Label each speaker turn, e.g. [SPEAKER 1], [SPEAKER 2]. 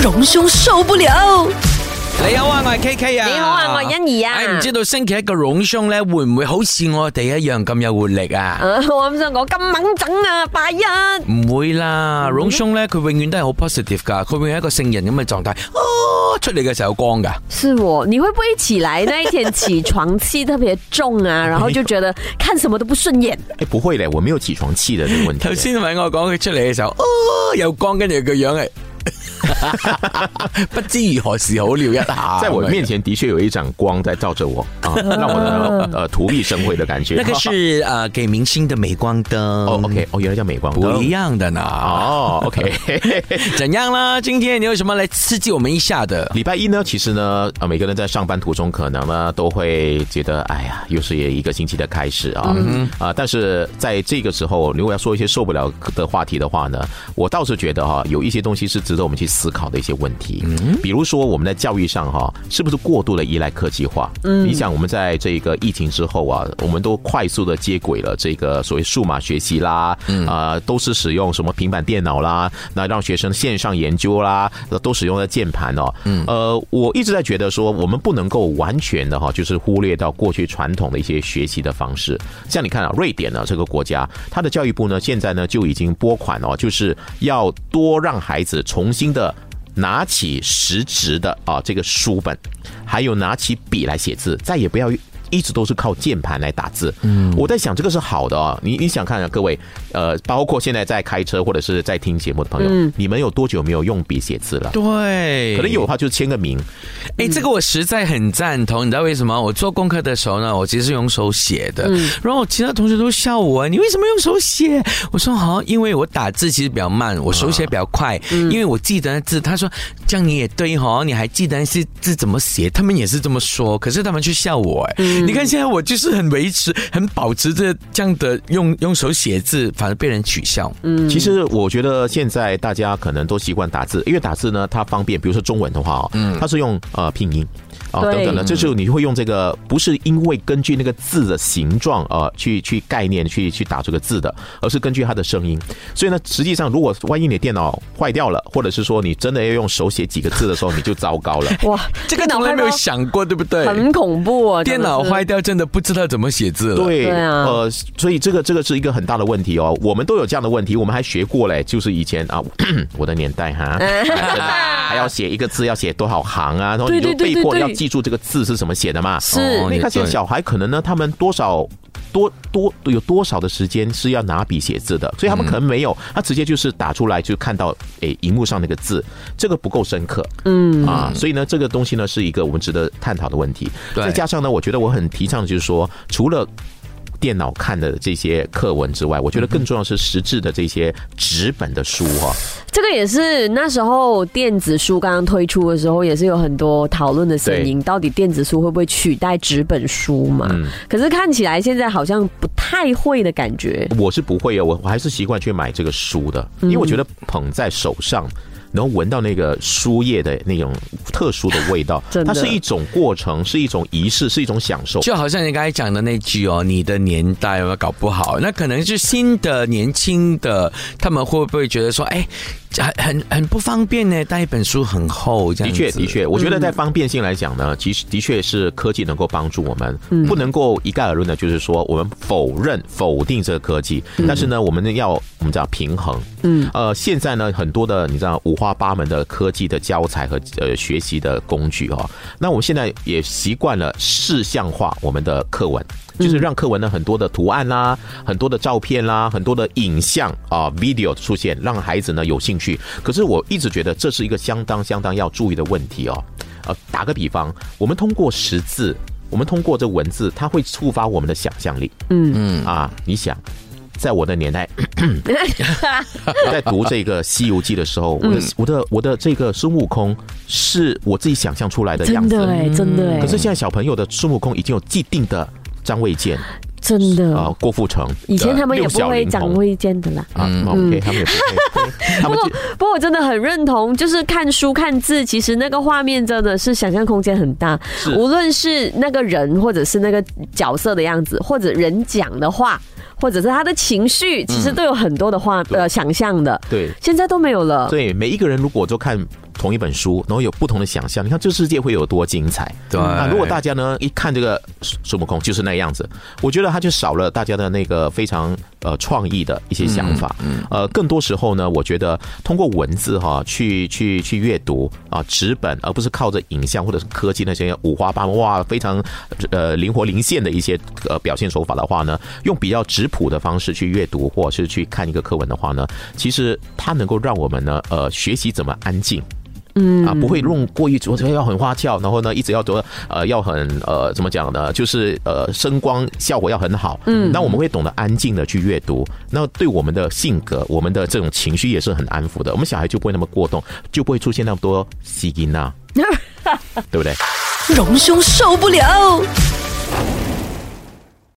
[SPEAKER 1] 榮兄受不了。
[SPEAKER 2] 你好啊，我係 K K 啊。哎
[SPEAKER 3] 你好啊，我係欣怡啊。
[SPEAKER 2] 唉唔知道星期一個榮兄咧，會唔會好似我哋一樣咁有活力啊？
[SPEAKER 3] 啊我啱想講咁猛整啊，拜一。
[SPEAKER 2] 唔會啦，
[SPEAKER 3] 嗯
[SPEAKER 2] 榮兄咧，佢永遠都係好 positive 噶，佢永遠係一個聖人咁嘅狀態。哦，出嚟嘅時候有 光噶。
[SPEAKER 3] 是我，你會不會起來那一天起床氣特別重啊？然後就覺得看什麼都不順眼。
[SPEAKER 4] 哎，不会嘞，我没有起床气的这个问题
[SPEAKER 2] 頭。先咪我講佢出嚟嘅時候，哦，有光，跟住個樣係 不知如何是好了 一下。
[SPEAKER 4] 在我面前的确有一盏光在照着我 啊，让我的呃徒臂生辉的感觉。
[SPEAKER 2] 那个 是呃给明星的镁光灯。
[SPEAKER 4] 哦，OK，哦，原来叫美光
[SPEAKER 2] 不一
[SPEAKER 4] 样
[SPEAKER 2] 样的呢。
[SPEAKER 4] 哦，OK。
[SPEAKER 2] 怎样啦？今天你有什么来刺激我们一下的？
[SPEAKER 4] 礼拜一呢，其实呢，呃，每个人在上班途中可能呢都会觉得，哎呀，又是一个星期的开始啊，啊、但是在这个时候，如果要说一些受不了的话题的话呢，我倒是觉得哈、有一些东西是值得我们去思考的一些问题，比如说我们在教育上哈、是不是过度的依赖科技化？嗯，你想我们在这个疫情之后啊，我们都快速的接轨了这个所谓数码学习啦，嗯，呃，都是使用什么平板电脑啦，那让学生线上研究啦，呃都使用了键盘哦，嗯，呃，我一直在觉得说，我们不能够完全的哈、就是忽略到过去传统的一些学习的方式。像你看啊，瑞典呢这个国家，它的教育部呢现在呢就已经拨款哦，就是要多让孩子重新的。拿起实质的啊这个书本，还有拿起笔来写字，再也不要一直都是靠键盘来打字。嗯，我在想这个是好的啊、你你想看啊，各位，呃，包括现在在开车或者是在听节目的朋友，你们有多久没有用笔写字了？
[SPEAKER 2] 对，
[SPEAKER 4] 可能有的话就签个名，
[SPEAKER 2] 哎、
[SPEAKER 3] 嗯
[SPEAKER 2] 这个我实在很赞同。你知道为什么？我做功课的时候呢，我其实是用手写的，
[SPEAKER 3] 嗯
[SPEAKER 2] 然后我其他同学都笑我，你为什么用手写？我说好，因为我打字其实比较慢，我手
[SPEAKER 3] 啊
[SPEAKER 2] 写比较快，
[SPEAKER 3] 嗯
[SPEAKER 2] 因为我记得那字。他说这样你也对哈、你还记得那些字怎么写？他们也是这么说，可是他们却笑我哎、
[SPEAKER 3] 嗯
[SPEAKER 2] 你看现在我就是很维持、很保持着这样的用用手写字，反而被人取笑。
[SPEAKER 3] 嗯
[SPEAKER 4] 其实我觉得现在大家可能都习惯打字，因为打字呢它方便。比如说中文的话哦，它是用呃拼音啊、
[SPEAKER 3] 对
[SPEAKER 4] 等等的，这时候你会用这个，不是因为根据那个字的形状呃去去概念去去打这个字的，而是根据它的声音。所以呢，实际上如果万一你电脑坏掉了，或者是说你真的要用手写几个字的时候，你就糟糕了。
[SPEAKER 3] 哇，
[SPEAKER 2] 这个
[SPEAKER 3] 电脑
[SPEAKER 2] 从来
[SPEAKER 3] 坏
[SPEAKER 2] 没有
[SPEAKER 3] 到
[SPEAKER 2] 想过，对不对？
[SPEAKER 3] 很恐怖啊！
[SPEAKER 2] 电
[SPEAKER 3] 真的是
[SPEAKER 2] 脑坏掉，真的不知道怎么写字了。
[SPEAKER 4] 对，
[SPEAKER 3] 对啊
[SPEAKER 4] 呃，所以这个这个是一个很大的问题哦。我们都有这样的问题，我们还学过嘞，就是以前啊， 我的年代 哈，真的还要写一个字要写多少行啊，然后你就
[SPEAKER 3] 对对对
[SPEAKER 4] 被迫
[SPEAKER 3] 对对
[SPEAKER 4] 要记住这个字是怎么写的嘛。
[SPEAKER 3] 是
[SPEAKER 2] 哦
[SPEAKER 4] 你看现在小孩可能呢，他们多少多多有多少的时间是要拿笔写字的，所以他
[SPEAKER 3] 嗯
[SPEAKER 4] 们可能没有，他直接就是打出来就看到诶荧幕上那个字，这个不够深刻，嗯啊，所以呢，这个东西呢是一个我们值得探讨的问题。
[SPEAKER 2] 对
[SPEAKER 4] 再加上呢，我觉得我很提倡的就是说，除了电脑看的这些课文之外，我觉得更重要是实质的这些纸本的书哈、
[SPEAKER 3] 这个也是那时候电子书刚刚推出的时候，也是有很多讨论的声音，到底电子书会不会取代纸本书嘛？可是看起来现在好像不太会的感觉。
[SPEAKER 4] 我是不会啊，我我还是习惯去买这个书的，因为我觉得捧在手上。然后闻到那个书叶的那种特殊的味道
[SPEAKER 3] 真，的
[SPEAKER 4] 它是一种过程，是一种仪式，是一种享受。
[SPEAKER 2] 就好像你刚才讲的那句哦，你的年代我搞不好，那可能是新的年轻的，他们会不会觉得说，哎，很很很不方便呢？带一本书很厚，这
[SPEAKER 4] 的
[SPEAKER 2] 样子嗯
[SPEAKER 4] 确，的，确，我觉得在方便性来讲呢，其实的确是科技能够帮助我们，
[SPEAKER 2] 嗯
[SPEAKER 4] 不能够一概而论的，就是说我们否认、否定这个科技，
[SPEAKER 2] 嗯
[SPEAKER 4] 但是呢，我们要我们叫平衡。嗯，呃，现在呢，很多的你知道五花八门的科技的教材和呃学习的工具哦，那我们现在也习惯了事项化我们的课文。就是让课文呢很多的图案啦，很多的照片啦，很多的影像啊、video 出现，让孩子呢有兴趣。可是我一直觉得这是一个相当相当要注意的问题哦。呃，打个比方，我们通过识字，我们通过这文字，它会触发我们的想象力。嗯嗯啊，你想。在我的年代，我在读这个《西游记》的时
[SPEAKER 3] 嗯
[SPEAKER 4] 候，我的、我的我的这个孙悟空是我自己想象出来的样
[SPEAKER 3] 真
[SPEAKER 4] 子，
[SPEAKER 3] 的哎，真的哎，
[SPEAKER 4] 可是现在小朋友的孙悟空已经有既定的张卫健
[SPEAKER 3] 真
[SPEAKER 4] 啊、
[SPEAKER 3] 的，
[SPEAKER 4] 郭富城，
[SPEAKER 3] 嗯以前他们也
[SPEAKER 4] 六
[SPEAKER 3] 不
[SPEAKER 4] 小
[SPEAKER 3] 会
[SPEAKER 4] 龄
[SPEAKER 3] 讲
[SPEAKER 4] 童
[SPEAKER 3] 会见的啦。
[SPEAKER 4] 啊、o k 他们也不 会，他们
[SPEAKER 3] 不过
[SPEAKER 4] 就，
[SPEAKER 3] 不过我真的很认同，就是看书看字，其实那个画面真的是想象空间很大。无论是那个人，或者是那个角色的样子，或者人讲的话，或者是他的情绪，其实
[SPEAKER 4] 嗯
[SPEAKER 3] 都有很多的话、呃想象的。
[SPEAKER 4] 对
[SPEAKER 3] 现在都没有了。
[SPEAKER 4] 所以每一个人如果都看同一本书，然后有不同的想象，你看这世界会有多精彩。
[SPEAKER 2] 对
[SPEAKER 4] 啊，如果大家呢一看这个孙孙悟空就是那个样子，我觉得他就少了大家的那个非常呃创意的一些想法。呃，更多时候呢，我觉得通过文字哈、去去去阅读啊、纸本，而不是靠着影像或者是科技那些五花八门哇非常呃灵活灵现的一些呃表现手法的话呢，用比较质朴的方式去阅读或者是去看一个课文的话呢，其实它能够让我们呢呃学习怎么安静。啊，不会弄过于我觉得要很花俏，然后呢，一直要多呃要很呃怎么讲呢？就是呃声光效果要很好。嗯，那我们会懂得安静的去阅读，那对我们的性格、我们的这种情绪也是很安抚的。我们小孩就不会那么过动，就不会出现那么多啊吸音呐，对不对？
[SPEAKER 1] 荣兄受不了。